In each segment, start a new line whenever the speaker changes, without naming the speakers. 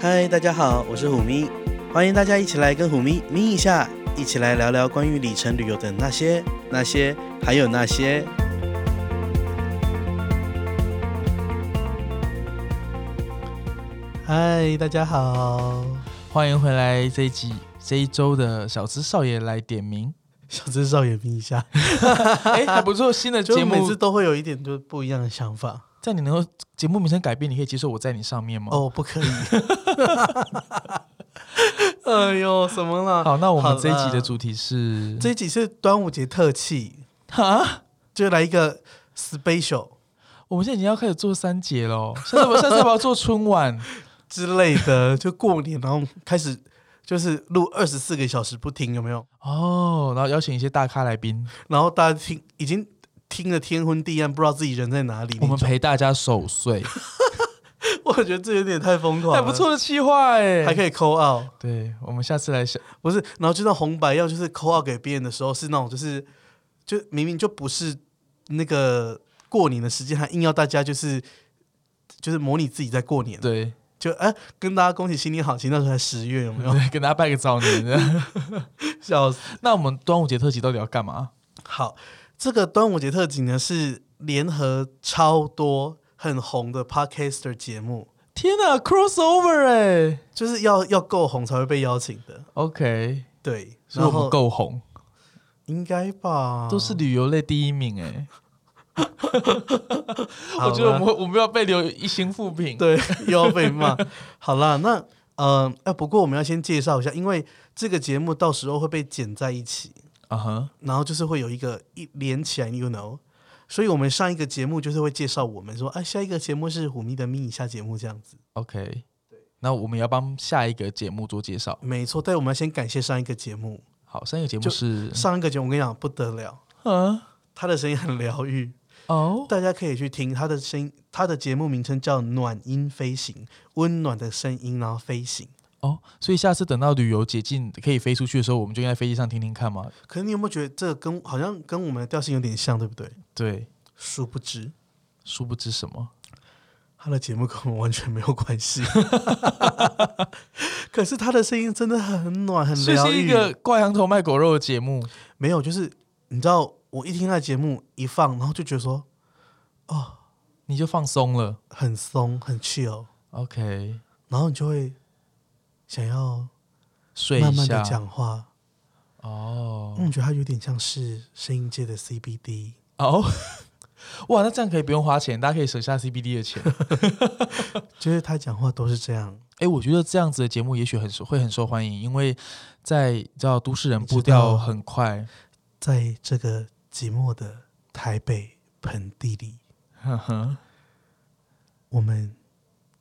嗨，大家好，我是虎咪，欢迎大家一起来跟虎咪咪一下，一起来聊聊关于里程旅游的那些、那些，还有那些。嗨，大家好，
欢迎回来这一集这一周的小资少爷来点 名，
小资少爷咪一下，
哎，还不错，新的
就
节
每
目
次，都会有一点就不一样的想法。
在你能够节目名称改变，你可以接受我在你上面吗？
哦，不可以。哎呦，什么啦？
好，那我们
好
这一集
啦
的主题是
这一集是端午节特气，
啊，
就来一个 special
我们现在已经要开始做三节喽，下次我下次要不要做春晚？
之类 的，就过年然后开始就是录二十四个小时不停，有没有？
哦，然后邀请一些大咖来宾，
然后大家听已经听得天昏地暗，不知道自己人在哪里。
我们陪大家守岁，
我觉得这有点太疯狂，
还不，错的计划哎，
还可
以。
以扣 out，
对，我们下次来想，
不是？然后就那红白药，就是扣 out 给别人的时候是那种就是就明明就不是那个过年的时间，还硬要大家就是。就是模拟自己在过年，
对
就哎、跟大家恭喜新年好，其实那时候才十月，有没有？
对，跟大家拜个早年。这 样
笑死！
那我们端午节特辑到底要干嘛？
好，这个端午节特辑呢是联合超多很红的 podcaster 节目，
天哪，crossover 哎、
就是要要够红才会被邀请的。
OK，
对，
所以
然
我
后
们够红，
应该吧？
都是旅游类第一名哎、
好
我觉得我
啦
们会我们要被留一星负评。
对又要被骂。好啦，那呃，哎、不过我们要先介绍一下，因为这个节目到时候会被剪在一起，
啊哈，
然后就是会有一个一连起来，you know。所以我们上一个节目就是会介绍我们说，哎、下一个节目是虎迷的咪以下节目这样子。
OK，那我们要帮下一个节目做介绍。
没错，但我们要先感谢上一个节目，
好，上一个节目
就是啊上一个节目我跟你讲不得了，
嗯
他的声音很疗愈，
哦
大家可以去听他的声音。他的节目名称叫《暖音飞行》，温暖的声音，然后飞行。
哦，所以下次等到旅游解禁可以飞出去的时候，我们就应该在飞机上听听看嘛。
可是你有没有觉得这个跟好像跟我们的调性有点像，对不对？
对，
殊不知，
殊不知什么
他的节目跟我们完全没有关系。 可是他的声音真的很暖，很
这
疗
是一
愈。
个挂羊头卖狗肉的节目。
没有，就是你知道，我一听他的节目一放，然后就觉得说
你就放松了
很松，很 chill，
，OK，
然后你就会想要
睡一下
慢慢的讲话。嗯
哦。
我觉得他有点像是声音界的 CBD。
哦， 哇，那这样可以不用花钱，大家可以省下 CBD 的钱。
就是他讲话都是这样，
哎，我觉得这样子的节目也许很受会很受欢迎，因为在你知道都市人
你
步
知道
调很快，
在这个寂寞的台北盆地里，
呵呵
我们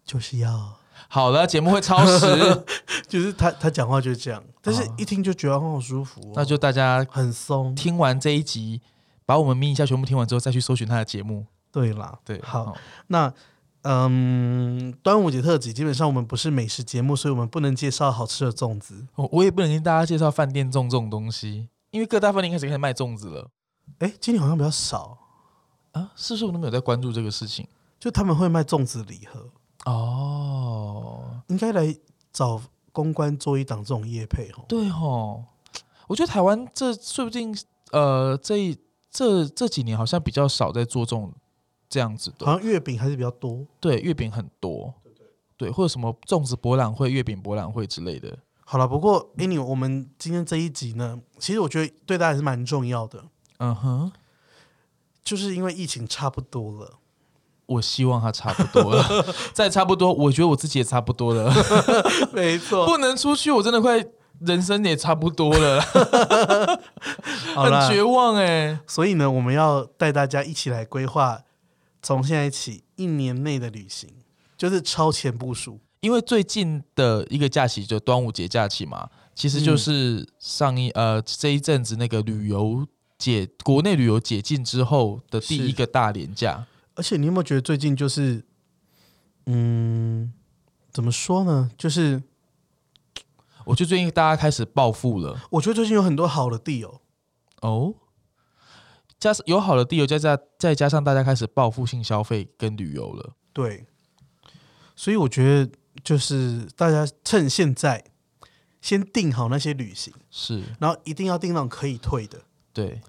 就是要，
好了，节目会超时，
就是他他讲话就是这样，但是一听就觉得好舒服哦、
那就大家
很松。
听完这一集，把我们咪一下全部听完之后，再去搜寻他的节目。
对啦，
对，
好，，那嗯，端午节特辑基本上我们不是美食节目，所以我们不能介绍好吃的粽子。
我我也不能跟大家介绍饭店粽这种东西，因为各大饭店开始开始卖粽子了
哎，今年好像比较少，
啊，是不是我们都没有在关注这个事情？
就他们会卖粽子礼盒，
哦，
应该来找公关做一档这种业配哦。
对吼，我觉得台湾这说不定呃这一这这几年好像比较少在做这种这样子的，
好像月饼还是比较多，
对月饼很多，对或者什么粽子博览会、月饼博览会之类的。
好了，不过 anyway，我们今天这一集呢，其实我觉得对大家还是蛮重要的，
嗯哼，
就是因为疫情差不多了，
我希望它差不多了，再差不多，我觉得我自己也差不多了，
没错。
不能出去，我真的快人生也差不多了，
好啦
很绝望哎、
所以呢，我们要带大家一起来规划，从现在起一年内的旅行，就是超前部署。
因为最近的一个假期就端午节假期嘛，其实就是上一、呃这一阵子那个旅游解国内旅游解禁之后的第一个大连假，
而且你有没有觉得最近就是，嗯，怎么说呢？就是
我觉得最近大家开始暴富了
我觉得最近有很多好的地哦，
哦。加上有好的地游，加加再加上大家开始报复性消费跟旅游了，
对，所以我觉得就是大家趁现在先定好那些旅行，
是
然后一定要定那种可以退的。
对，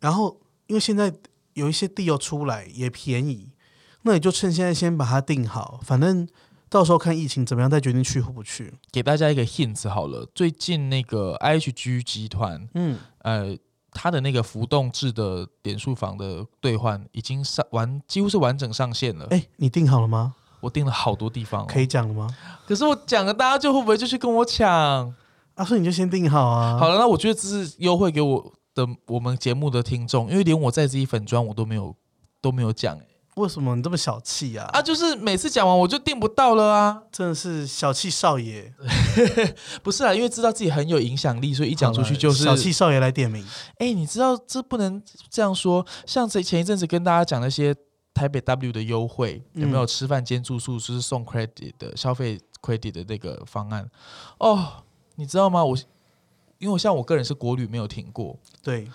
然后因为现在有一些地又出来也便宜，那你就趁现在先把它定好，反正到时候看疫情怎么样再决定去或不去。
给大家一个 hint 好了，最近那个 IHG 集团，
嗯，
呃，它的那个浮动制的点数房的兑换已经上完，几乎是完整上线了。
哎、你定好了吗？
我订了好多地方、哦，
可以讲了吗？
可是我讲了，大家就会不会就去跟我抢？
啊，所以你就先定好啊。
好了，那我觉得这是优惠给我的我们节目的听众，因为连我在自己粉砖我都没有都没有讲、欸、
为什么你这么小气啊？
啊，就是每次讲完我就订不到了啊。
真的是小气少爷，
不是啊，因为知道自己很有影响力，所以一讲出去就是
好了小气少爷来点名。
哎、你知道这不能这样说。像这前一阵子跟大家讲那些台北 W 的优惠，
嗯
有没有吃饭兼住宿就是送 credit 的消费 credit 的那个方案？哦，你知道吗？我因为我像我个人是国旅没有停过，
对，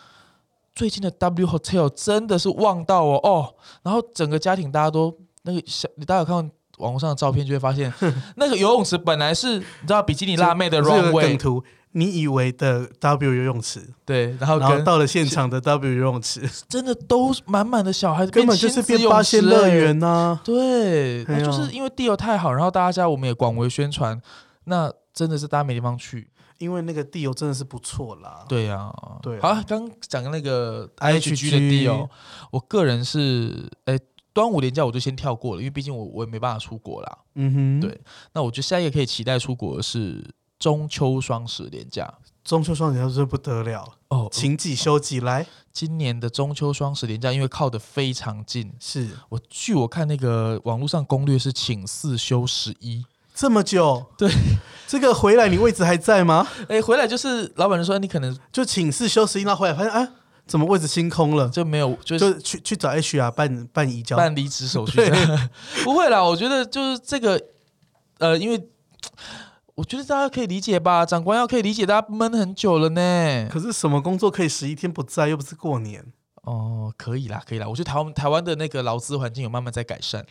最近的 W Hotel 真的是旺到哦哦，然后整个家庭大家都那个小，你大家有看到网络上的照片就会发 现，那个游泳池本来是你知道比基尼辣妹的
这个梗
runway
图，你以为的 W 游泳池，
对，然后
然后
跟
到了现场的 W 游泳池，
真的都满满的小孩子，
根本就是
变
变
亲子
八仙
泳池
乐
欸
园呐、
对，
哎
那
呦
就是因为地游太好，然后大家我们也广为宣传，那真的是大家没地方去。
因为那个地游真的是不错啦。
对呀、啊，
对啊
好，刚讲的那个
IHG
IHG 的地游，我个人是，哎，端午连假我就先跳过了，因为毕竟我我也没办法出国啦。
嗯哼，
对那我觉得下一个可以期待出国的是中秋双十连假。
中秋双节真是不得了，
哦，
请几休几来
今年的中秋双十连假，因为靠得非常近，
是
我据我看那个网络上攻略是请四休十一，
这么久，
对，
这个回来你位置还在吗？
哎，回来就是老板就说哎你可能
就请示休息，那回来发现哎，怎么位置清空了？
就没有，就是
就去去找 HR 办办移交，
办离职手续这样。不会啦，我觉得就是这个，呃，因为我觉得大家可以理解吧，长官要可以理解，大家闷很久了呢。
可是什么工作可以十一天不在，又不是过年？
哦，可以啦，可以啦，我觉得台湾台湾的那个劳资环境有慢慢在改 善，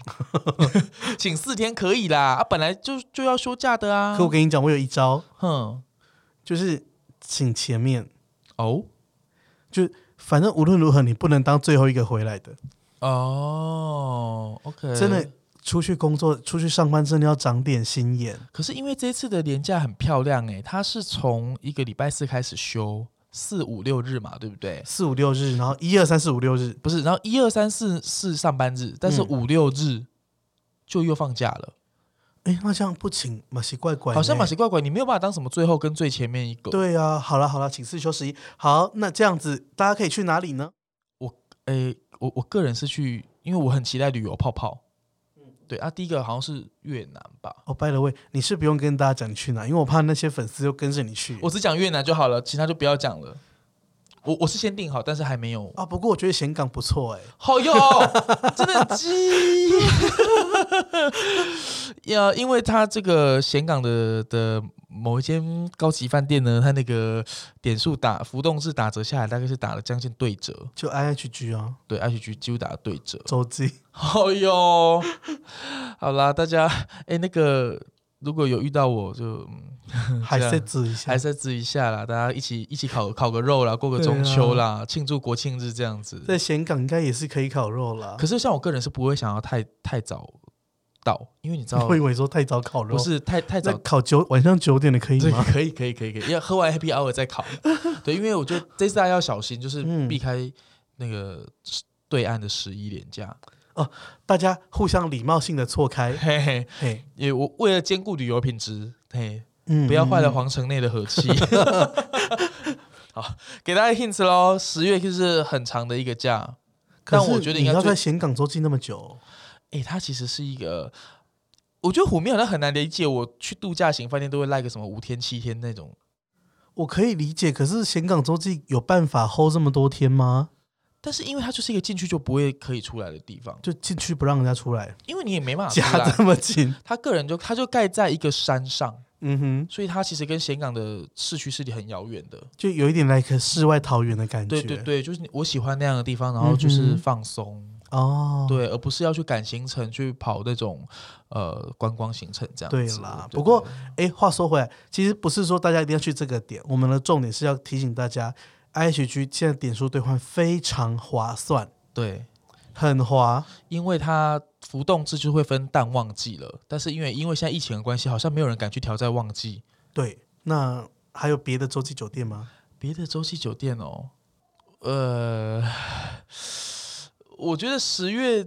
请四天可以啦，啊，本来就就要休假的啊
可。我跟你讲，我有一招，
哼，
就是请前面，
哦
反正无论如何你不能当最后一个回来的，
哦，OK，
真的。出去工作、出去上班，真的要长点心眼。
可是因为这次的年假很漂亮诶、它是从一个礼拜四开始休，四五六日嘛，对不对？
四五六日，然后一二三四五六日，
不是，然后一二三四是上班日，但是
嗯
五六日就又放假了，
哎，那这样不请马奇怪怪呢，
好像马奇怪怪，你没有办法当什么最后跟最前面一个。，
对啊，好了好了，请四休十一。好，那这样子大家可以去哪里呢？
诶，我我个人是去，因为我很期待旅游泡泡。对啊，第一个好像是越南吧，
哦、b y the way，你是不用跟大家讲你去哪，因为我怕那些粉丝又跟着你去。
我只讲越南就好了，其他就不要讲了。我我是先定好，但是还没有。
啊，不过我觉得咸港不错哎、
好哟，真的鸡。呀，因为它这个咸港的的某一间高级饭店呢，它那个点数打浮动是打折下来，大概是打了将近对折，
就 IHG 啊，
对 H G 几乎打了对折。
周记。
好哟，好啦，大家，哎，那个如果有遇到我就嗯
还
这样
是指一
还
下。
是支持一下啦，大家一起一起烤烤个肉啦，过个中秋啦，庆祝国庆日这样子。
在咸港应该也是可以烤肉啦。
可是像我个人是不会想要太太早到，因为你 知道
我，以为说太早烤肉，
不是太太
那
早。
烤九晚上九点的可以
对，
吗？
可以，可以，可以，可以，要喝完 Happy Hour 再烤。对，因为我觉得这次大家要小心，就是
嗯
避开那个对岸的十一连假。
大家互相礼貌性的错开，
嘿嘿，
嘿，
也我为了兼顾旅游品质，嘿，
嗯
不要坏了
嗯
皇城内的和 气。好，给大家 hints 喽，十月就是很长的一个假，
嗯可
但
是
我觉得
你
应该
要
最
在咸港周记那么久，
诶，它其实是一个，我觉得虎迷好像很难理解，我去度假型饭店都会赖个什么五天七天那种。
我可以理解。可是咸港周记有办法 hold 这么多天吗？
但是因为它就是一个进去就不会可以出来的地方，
就进去不让人家出来，
因为你也没办法出
夹
来。
这 么紧，
他个人就他就盖在一个山上，
嗯哼，
所以它其实跟咸港的市区是离很遥远的。
就有一点 like 世外桃源的感
对
觉。
对对，就是你我喜欢那样的地方，然后就是
嗯哼
放松，
哦，
对，而不是要去赶行程去跑那种呃观光行程这样
对
子。
啦
对
不过哎，话说回来，其实不是说大家一定要去这个点，我们的重点是要提醒大家，IHG 现在点数兑换非常划算，
对，
很划。
因为它浮动制就会分淡旺季了，但是因为因为现在疫情的关系，好像没有人敢去调在旺季。
对，那还有别的洲际酒店吗？
别的洲际酒店哦，呃，我觉得十月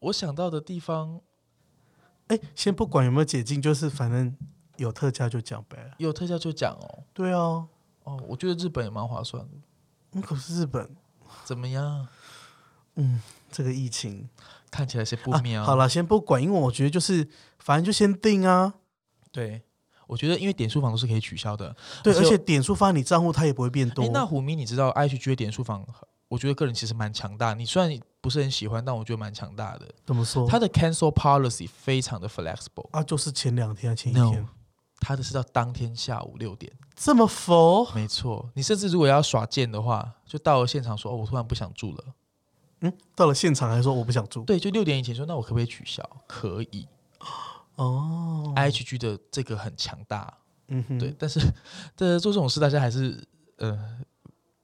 我想到的地方
哎，先不管有没有解禁，就是反正有特价就讲呗。
有特价就讲哦，
对啊，
哦，我觉得日本也蛮划算的。
那可是日本
怎么样？
这个疫情
看起来是不
啊
妙。
好了，先不管，因为我觉得就是反正就先定啊。
对，我觉得因为点数房都是可以取消的。
对，
而
而
且哎
且点数发你账户，它也不会变多
诶。那虎迷，你知道 IHG 的点数房，我觉得个人其实蛮强大。你虽然不是很喜欢，但我觉得蛮强大的。
怎么说？
它的 cancel policy 非常的 flexible。
啊，就是前两天、前一
No
天
它的是到当天下午六点，
这么佛，
没错。你甚至如果要耍贱的话，就到了现场说：“哦，我突然不想住了。
嗯，到了现场还说我不想”住
对，就六点以前说：“那我可不可以取消？”可以。
哦，
IHG 的这个很强大，
嗯哼，
对。但是， 但是做这种事，大家还是呃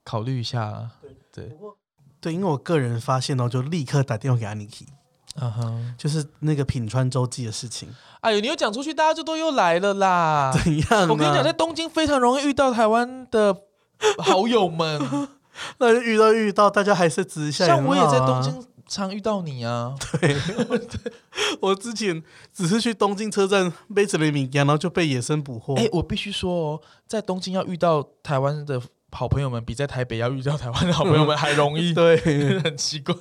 考虑一下。对，
对，因为我个人发现呢，我哦就立刻打电话给 Aniki，
嗯哼。
就是那个品川周记的事情，
哎呦，你又讲出去，大家就都又来了 啦。
怎样？
啊
啊
我跟你讲，在，东京非常容易遇到台湾的好友 们，
那就遇到遇到，大家还是指一下、
像我也
啊
在东，京常遇到你啊。
我之前只是去东京车站背着雷米然后就被野生捕获。
哎、我必须说哦，在东京要遇到台湾的好朋友们，比在台北要遇到台湾的好朋友 们还容易，
对，
很奇 怪。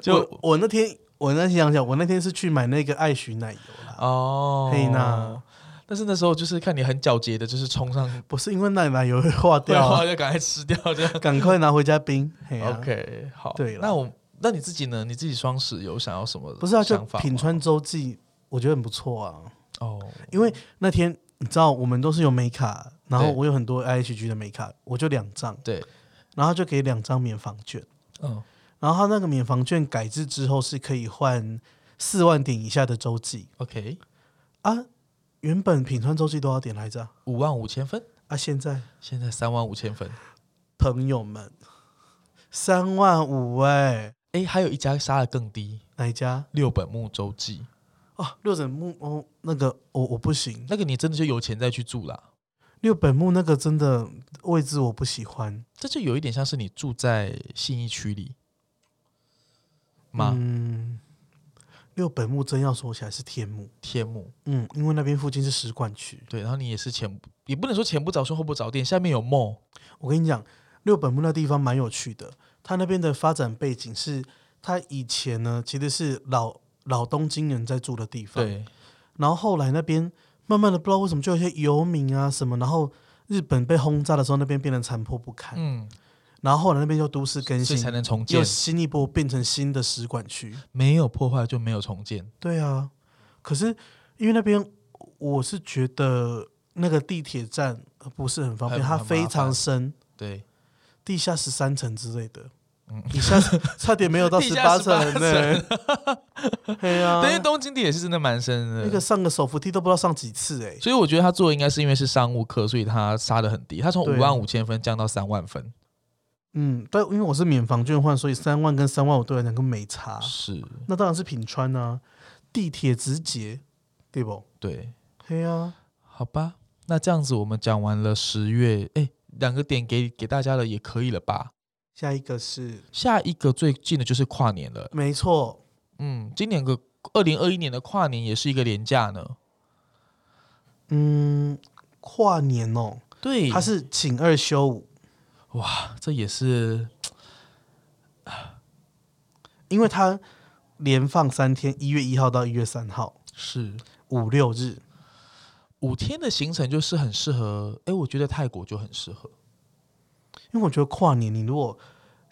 就
就
我我那天，我那天想想，我那天是去买那个爱许奶油啦，
哦，
嘿呐
但是那时候就是看你很皎洁的，就是冲 上
不是因为那奶 油会化
掉
掉啊、
啊，就赶快吃掉这样。
赶快拿回家冰。嘿啊
OK，好，
对啦
那我那你自己呢？你自己双十有想要什么？
不是啊，就
想法吗
品川周记，我觉得很不错啊。
哦，
因为那天你知道，我们都是有美卡，然后
对
我有很多 IHG 的美卡，我就两张，
对，
然后就给两张免房券。
嗯，
然后他那个免房券改制之后是可以换四万点以下的周记
OK，
啊。原本品川周记多少点来着啊？
五万五千分，
啊，现在
现在三万五千分。
朋友们，三万五哎，
哎，还有一家杀的更低，
哪一家？
六本木周记，
哦，六本木哦，那个我、我不行，
那个你真的就有钱再去住啦。
六本木那个真的位置我不喜欢
这就有一点像是你住在信义区里吗？
嗯，六本木真要说起来是天幕，
天幕
嗯，因为那边附近是石冠区。
对，然后你也是前也不能说前不着村后不着店，下面有梦
我跟你讲，六本木那地方蛮有趣的，它那边的发展背景是，它以前呢其实是老老东京人在住的地方，
对
然后后来那边慢慢的不知道为什么就有一些游民啊什么，然后日本被轰炸的时候，那边变得残破不堪，
嗯，
然后后来那边就都市更
所
新
以，才能重建
又，新一波变成新的使馆区。
没有破坏就没有重建。
对啊，可是因为那边我是觉得那个地铁站呃不是很方便，
很
它
很
非
麻
常
烦
深，
对，
地下十三层之类的。
嗯
一下子差点没有到
地
十
下
八
18
层呢， 对啊，
但是东京地也是真的蛮深的。
那个上个手扶梯都不知道上几次哎、
所以我觉得他做的应该是因为是商务课，所以他杀的很低，他从
对
五万五千分降到三万分。
嗯，但因为我是免房券换，所以三万跟三万五对我来讲跟没差。
是，
那当然是品川啊，地铁直捷，对不？
对，
嘿啊，
好吧，那这样子我们讲完了十月，哎，两个点给给大家了也可以了吧？
下一个是
下一个最近的就是跨年了，
没错，
嗯，今年个二零二一年的跨年也是一个廉价呢，
嗯，跨年哦、
对
他是请二休五，
这也是
因为他连放三天，一月一号到一月三号，
是
五六日。
五天的行程，就是很适合，哎，我觉得泰国就很适合，
因为我觉得跨年你如果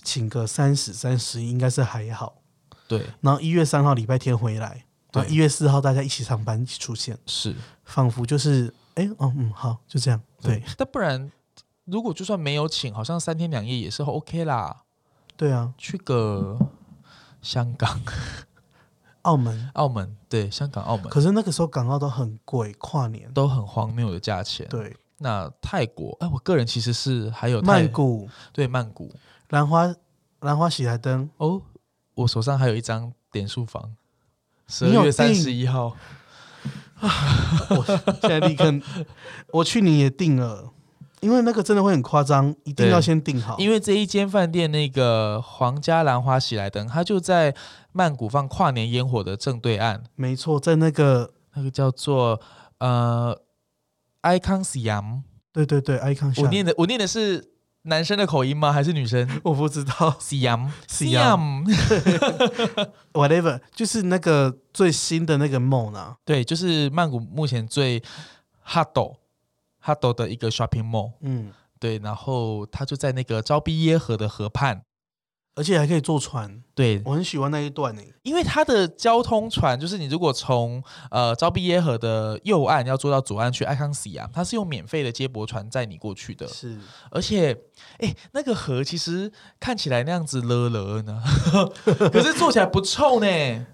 请个三十、三十一，应该是还好。
对，
然后一月三号礼拜天回来，
对
然后一月四号大家一起上班，一起出现，
是
仿佛就是哎、哦嗯好就这样。对，，
但不然。如果就算没有请，好像三天两夜也是 OK 啦。
对啊，
去个香港、
澳门，
澳门，对，香港、澳门
可是那个时候港澳都很贵，跨年。
都很荒谬的价钱。
对，
那泰国，哎，我个人其实是还有泰
曼，谷
对曼谷
兰花兰花喜来 登，
哦，我手上还有一张点数房，十
你有
二月三
订
十一号，
我现在立刻，我去年也订了，因为那个真的会很夸张，一定
对
要先订好。
因为这一间饭店那个皇家兰花喜来登，它就在曼谷放跨年烟火的正对岸，
没错，在那个
那个叫做呃 Icon Siam，
对对对，icon 下，
我念的我念的是男生的口音吗？还是女生
我不知道
Siam
Siam
Siam，
，whatever，就是那个最新的那个梦啊，
对，就是曼谷目前最 hot hot 的一个 shopping mall。
嗯，
对，然后它就在那个昭披耶河的河畔。
而且还可以坐船，
对，
我很喜欢那一段呢、欸
因为它的交通船就是你如果从呃昭披耶河的右岸要坐到左岸去爱康西亚，它是用免费的接驳船载你过去的。
是，
而且，哎，那个河其实看起来那样子了了呢， 可是坐起来不臭呢。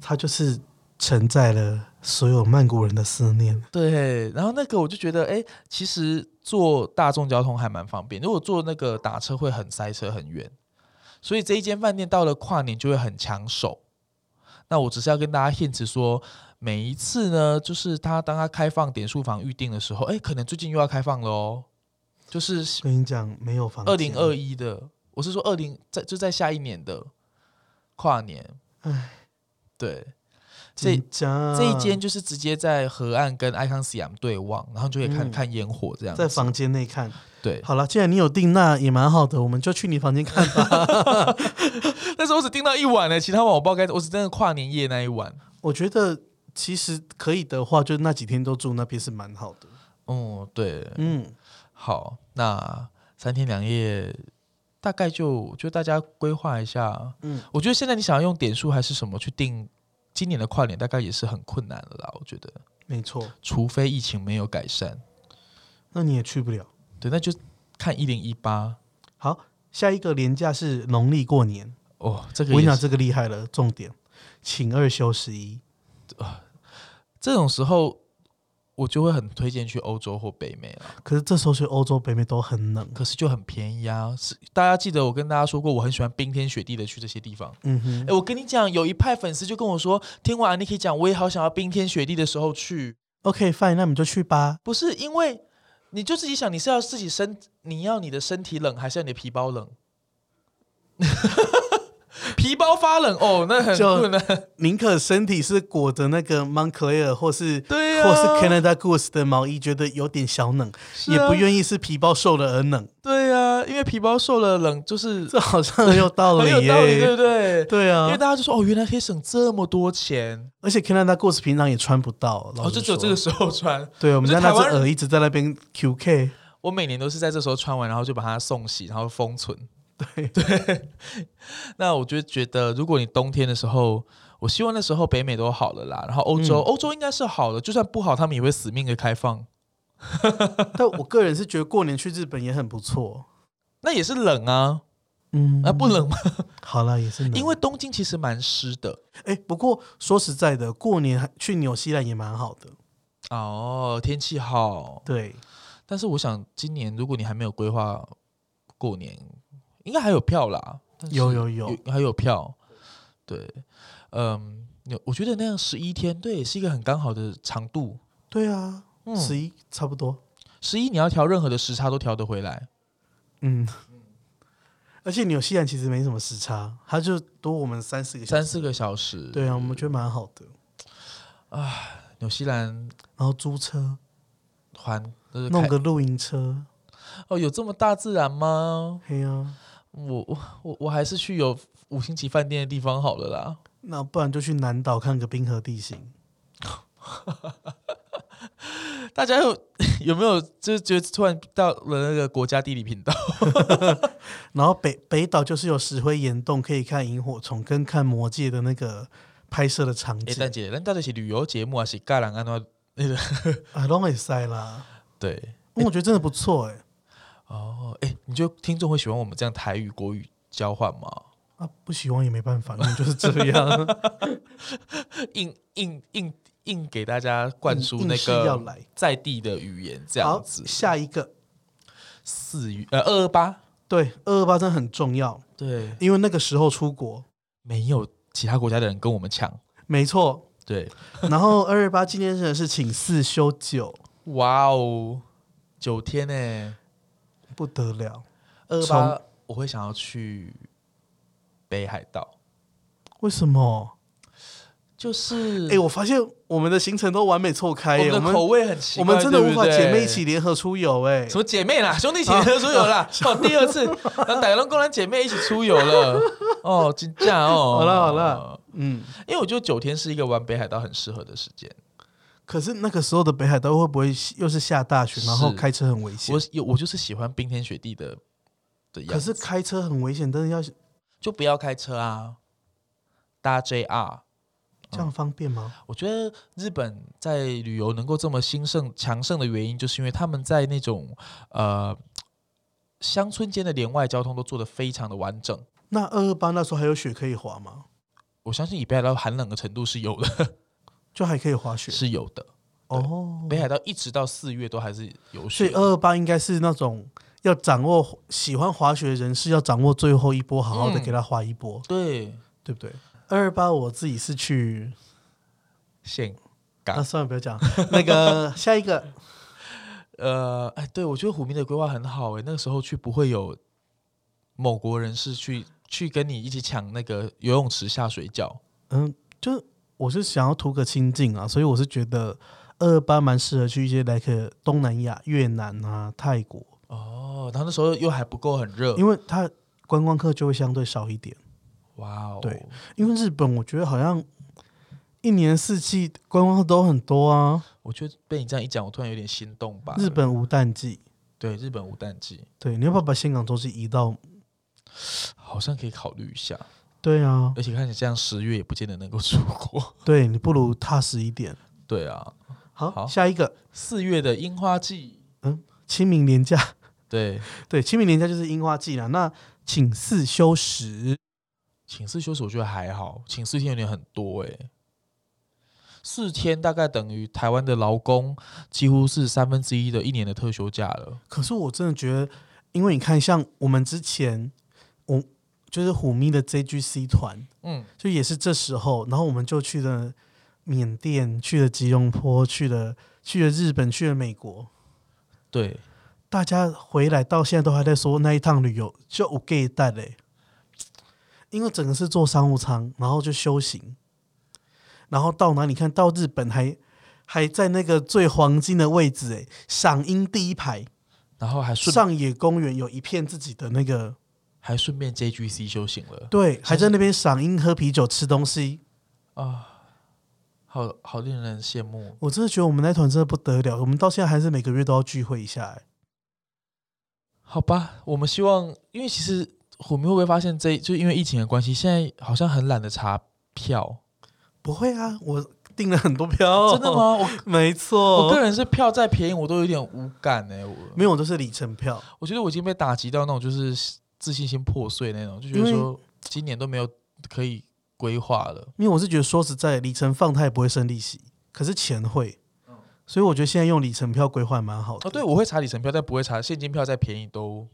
它就是承载了所有曼谷人的思念。
对，然后那个我就觉得，哎，其实坐大众交通还蛮方便，如果坐那个打车会很塞车很远，所以这一间饭店到了跨年就会很抢手。那我只是要跟大家 hint 说，每一次呢，就是他当他开放点数房预定的时候，哎，可能最近又要开放了哦，就是
跟你讲，没有房间，
二零二一的，我是说二零在就在下一年的跨年，
唉，
对，这
紧张，
这一间就是直接在河岸跟爱康西亚对望，然后就可以看、
嗯
看烟火这样子。
在房间内看。
对，
好了，既然你有订，那也蛮好的，我们就去你房间看 吧。
但是我只订到一晚呢、欸其他晚我不知道该，我只订了跨年夜那一晚。
我觉得其实可以的话，就那几天都住那边是蛮好的。
嗯，对，
嗯，
好，那三天两夜大概就就大家规划一下。嗯
嗯，
我觉得现在你想要用点数还是什么去定今年的跨年，大概也是很困难了啦。我觉得，
没错，
除非疫情没有改善，
那你也去不了。
对，那就看一零一八。
好，下一个廉假是农历过年，
哦，这
我
个
跟你
也
讲
是
这个厉害了，重点，请二休十一。
这种时候，我就会很推荐去欧洲或北美了。
可是这时候去欧洲、北美都很冷。
可是就很便宜啊！是大家记得我跟大家说过，我很喜欢冰天雪地的去这些地方。
嗯哼
哎、，我跟你讲，有一派粉丝就跟我说，听完 Aniki 讲，我也好想要冰天雪地的时候去。
OK fine，那我们就去吧。
不是因为你就自己想，你是要自己身，你要你的身体冷，还是要你的皮包冷？ 皮包发冷哦，那很
就
困难。
宁可身体是裹着那个 Montclair 或是、
对啊呀、
或是 Canada Goose 的毛衣，觉得有点小冷，
是
也
啊
不愿意是皮包受了而 冷。
对呀、因为皮包受了冷，就是
这好像很有道
很
理
有道理，对
耶。
不对？
对
因
啊
为，大家就说哦，原来可以省这么多钱，
而且 Canada Goose 平常也穿不到，
哦，
老
就
实
只有
说。
这个时候穿。
对，我们
我觉
家
得
那
台湾
只
人
耳一直在那边 QK。
我每年都是在这时候穿完，然后就把它送洗，然后封存。
对，
那我就觉得，如果你冬天的时候，我希望那时候北美都好了啦，然后欧洲，
嗯
欧、洲应该是好了，就算不好，他们也会死命的开放。
但我个人是觉得过年去日本也很不错。
那也是冷啊，
嗯
那、不。冷吗？
好啦，也是冷
因为东京其实蛮湿的。
哎、不过说实在的，过年还去纽西兰也蛮好的。
哦，天气好，
对，
但是我想今年如果你还没有规划过年，应该还有票啦。但是
有有有
还有票，对，嗯，有我觉得那样十一天，对，是一个很刚好的长度。
对啊，
嗯，
十一、差不多。
十一你要调任何的时差都调得回来。
嗯，而且纽西兰其实没什么时差，它就多我们三四个小时。
三四个小时。
对啊，我们觉得蛮好的。
纽西兰
然后租车，
环就是
弄
开
个露营车，
哦，有这么大自然吗？
嘿啊，
我我我我还是去有五星级饭店的地方好了啦。
那不然就去南岛看个冰河地形。
大家有 有没有就是觉得突然到了那个国家地理频道？
然后北北岛就是有石灰岩洞，可以看萤火虫跟看魔界的那个拍摄的场
哎、
景，
蛋姐，咱到底是旅游节目还是盖兰安诺？
啊，都很塞啦。
对，
我觉得真的不错哎、
哦，哎、你觉得听众会喜欢我们这样台语、国语交换吗？
啊，不喜欢也没办法，你们就是这样，
硬硬硬硬给大家灌输
硬
那
是要
个
来
在地的语言，这样
好，
子。
下一个，
四月呃二二八，
对，二二八真的很重要，
对，
因为那个时候出国，
没有其他国家的人跟我们抢。
没错。
对，
然后二二八纪念日是请四休九，
哇哦，九天呢、欸，
不得了。
二八
从
我会想要去北海道，
为什么？
就是
哎、我发现我们的行程都完美错
嗯
开
我
耶，
们
哎我
的口
们
味很奇
我
怪，
们真的
对
无
不
法
对
姐妹一起联合出游哎、
什么姐妹啦，兄弟姐妹都出游啦，哦，第二 次，然后逮龙公然姐妹一起出游了，哦，真假哦，
好了好了，嗯，
因为我觉得九天是一个玩北海道很适合的时间。
可是那个时候的北海道会不会又是下大雪，然后
是
开车很危险
我？有我就是喜欢冰天雪地的的样嗯
可
子，
是开车很危险，真的要
就不要开车啊，搭 JR。
这样方便吗？
我觉得日本在旅游能够这么兴盛强盛的原因，就是因为他们在那种呃乡村间的连外交通都做得非常的完整。
那二二八那时候还有雪可以滑吗？
我相信以北海道寒冷的程度是有的，
就还可以滑雪
是有的。
哦。
北海道一直到四月都还是有
所
雪
以，呃二二八应该是那种要掌握喜欢滑雪的人士要掌握最后一波，好好的
嗯
给他滑一波，
对，
对不对？二二八我自己是去，
现
啊，算了，不要讲那 个下一个
呃，哎，对我觉得虎明的规划很好哎、那个时候去不会有某国人士去去跟你一起抢那个游泳池下水饺，
嗯，就是我是想要图个清静啊，所以我是觉得二二八蛮适合去一些来个东南亚、越南啊、泰国，
哦，然后那时候又还不够很热，
因为它观光客就会相对少一点。
哇哦，
对，因为日本我觉得好像一年四季观光客都很多啊，
我觉得被你这样一讲，我突然有点心动吧。
日本无淡季。
对日本无淡季，
对，你要不要把香港周期移到？
好像可以考虑一下，
对啊，
而且看起来这样十月也不见得能够出国。
对你不如踏实一点。
对啊，
好，
好
下一个
四月的樱花季，
清明年假，
对，
对，清明年假就是樱花季啦。那请四休十，
请四休息我觉得还好，请四天有点很多哎、四天大概等于台湾的劳工几乎是三分之一的一年的特休假了。
可是我真的觉得，因为你看，像我们之前，我就是虎咪的 JGC 团，
嗯，
就也是这时候，然后我们就去了缅甸，去了吉隆坡，去了去了日本，去了美国。
对，
大家回来到现在都还在说那一趟旅游就有 gay 带嘞，因为整个是坐商务舱，然后就修行，然后到哪里看到日本还还在那个最黄金的位置哎，赏樱第一排，
然后还顺
上野公园有一片自己的那个
还顺便 JGC 休息了
对，还在那边赏樱、喝啤酒、吃东西。
啊，好好令人羡慕。
我真的觉得我们那团真的不得了，我们到现在还是每个月都要聚会一下哎。
好吧，我们希望，因为其实虎迷会不会发现这，就因为疫情的关系，现在好像很懒得查票，
不会啊，我订了很多票，
真的？吗？我
没错，
我个人是票再便宜我都有点无感哎、我
没有，我都是里程票。
我觉得我已经被打击到那种就是自信心破碎那种，就觉得
因为
说今年都没有可以规划了。
因为我是觉得说实在，里程放它也不会生利息，可是钱会，所以我觉得现在用里程票规划蛮好的，
哦，对，我会查里程票，但不会查现金票，再便宜都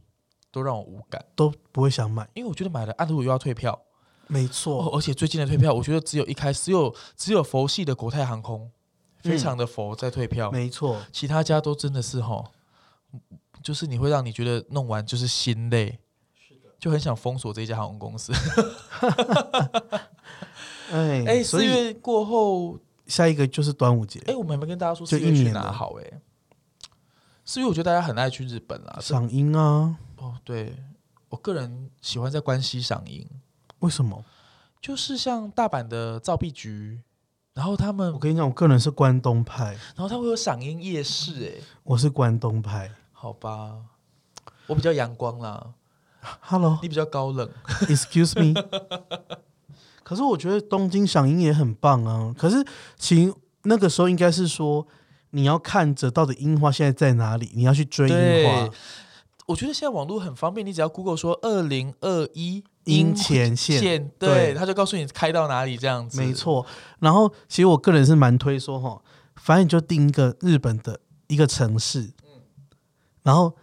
都让我无感，
都不会想买。
因为我觉得买了按图又要退票，
没
哦
错，，
而且最近的退票，我觉得只有一开只有只有佛系的国泰航空非常的佛在退票，
没错，
其他家都真的是吼，就是你会让你觉得弄完就是心累，就很想封锁这家航空公司。
哎
哎，
所
四
以
月过后，
下一个就是端午节，
哎，我们还没跟大家说
就
四
一
月去
年
哪
了
好哎。四月我觉得大家很爱去日本啦，是
赏樱啊？
哦，对我个人喜欢在关西赏樱，
为什么？
就是像大阪的造币局，然后他们
我，跟你讲，我个人是关东派，
然后他会有赏樱夜市，哎，
我是关东派。
好吧，我比较阳光啦，你比较高冷，
Hello，excuse me。可是我觉得东京赏樱也很棒啊。可是其实那个时候应该是说，你要看着到底樱花现在在哪里，你要去追樱
对
花。
我觉得现在网络很方便，你只要 Google 说二零二一
阴前线对
对，他就告诉你开到哪里这样子。
没，错。然后其实我个人是蛮推说哈，反正你就定一个日本的一个城市，然后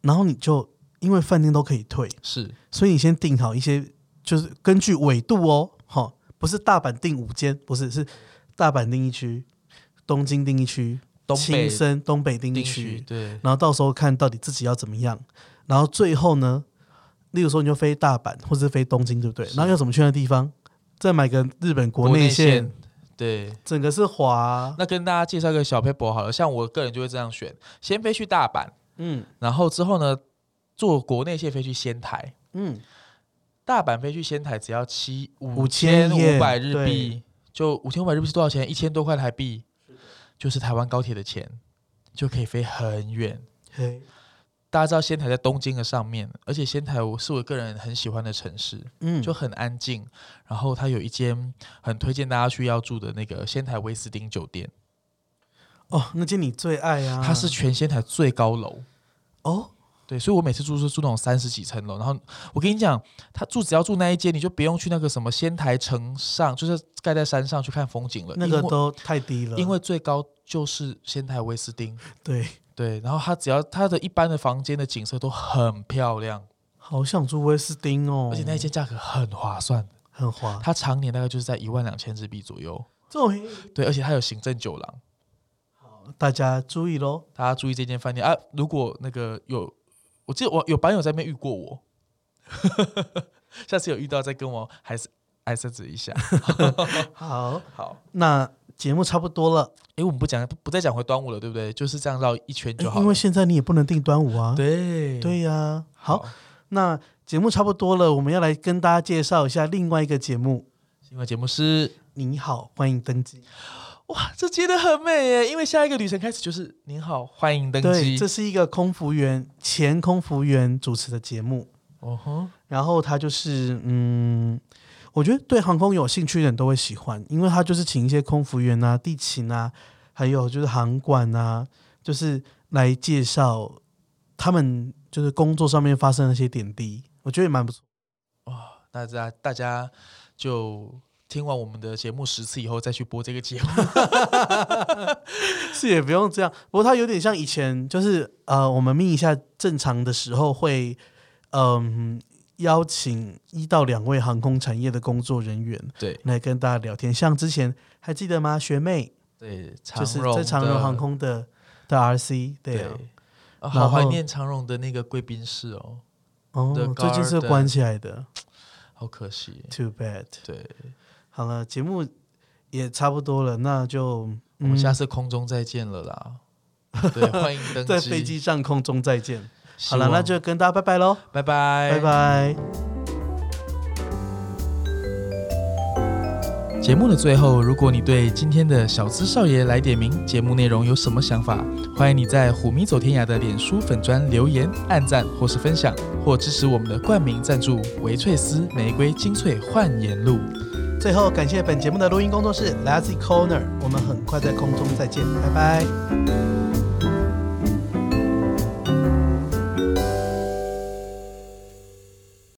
然后你就因为饭店都可以退，
是
所以你先定好一些，就是根据纬度哦，哈，不是大阪定五间，不是是大阪定一区，东京定一区，
东北
青森东北定一
定
区
区，，对，
然后到时候看到底自己要怎么样，然后最后呢，例如说你就飞大阪或是飞东京，对不对？然后要怎么去那地方？再买个日本国内线，
线对。
整个是滑、
那跟大家介绍一个小 paper 好了，像我个人就会这样选，先飞去大阪，
嗯
然后之后呢，坐国内线飞去仙台，
嗯，
大阪飞去仙台只要七五
5500
千五百日
对
币，就五千五百日币是多少钱？一千多块台币，就是台湾高铁的钱，就可以飞很远。
嘿，
大家知道仙台在东京的上面，而且仙台我是我个人很喜欢的城市，
嗯，
就很安静。然后它有一间很推荐大家去要住的那个仙台威斯汀酒店，
哦，那间你最爱啊，
它是全仙台最高楼。
哦，
对，所以我每次住是住那种三十几层楼，然后我跟你讲，他住只要住那一间，你就不用去那个什么仙台城上，就是盖在山上去看风景了。
那个
因为
都太低了，
因为最高就是仙台威斯汀，
对，
对，然后他只要他的一般的房间的景色都很漂亮，
好想住威斯汀哦，
而且那一间价格很划算，
很滑，
它常年大概就是在一万两千日币左右。
这种黑
对，而且它有行政酒廊，
大家注意喽，
大家注意这间饭店啊！如果那个有，我记得我有版友在那边遇过我， 下次有遇到再跟我还是挨扇子一下。
好，
好，
那节目差不多了，
诶，我们不讲不不再讲回端午了，对不对？就是这样绕一圈就好了。
因为现在你也不能定端午啊，
对
对呀、好，，那节目差不多了，我们要来跟大家介绍一下另外一个节目。
因为节目是
你好，欢迎登机。
哇，这接的很美耶！因为下一个旅程开始就是您好，欢迎登
对，
机
这。是一个空服员前空服员主持的节目，
哦吼，
然后他就是嗯，我觉得对航空有兴趣的人都会喜欢，因为他就是请一些空服员啊、地勤啊，还有就是航管啊，就是来介绍他们就是工作上面发生的一些点滴，我觉得也蛮不错。
那大家大家就听完我们的节目十次以后再去播这个节 目。
是也不用这样，不过它有点像以前，就是呃，我们密一下正常的时候会，嗯、邀请一到两位航空产业的工作人员
对
来跟大家聊天。像之前还记得吗？学妹
对，长
就是
荣
在长荣
的
航空的的 RC，对啊，
啊
然
好怀
后
念长荣的那个贵宾室哦，The
哦，最近是
Garden
关起来的
好可 惜。
，Too bad。
对，
好了，节目也差不多了，那就
我们下
嗯
次空中再见了 啦。对，欢迎登机。
在飞机上空中再见。
希
好
望，
了，那就跟大家拜拜喽，
拜拜
拜。拜。
节目的最后，如果你对今天的小资少爷来点名节目内容有什么想法，欢迎你在虎咪走天涯的脸书粉砖留言、按赞或是分享，或支持我们的冠名赞助维翠丝玫瑰精粹焕颜露。
最后，感谢本节目的录音工作室 Lazy Corner，我们很快在空中再见，拜拜。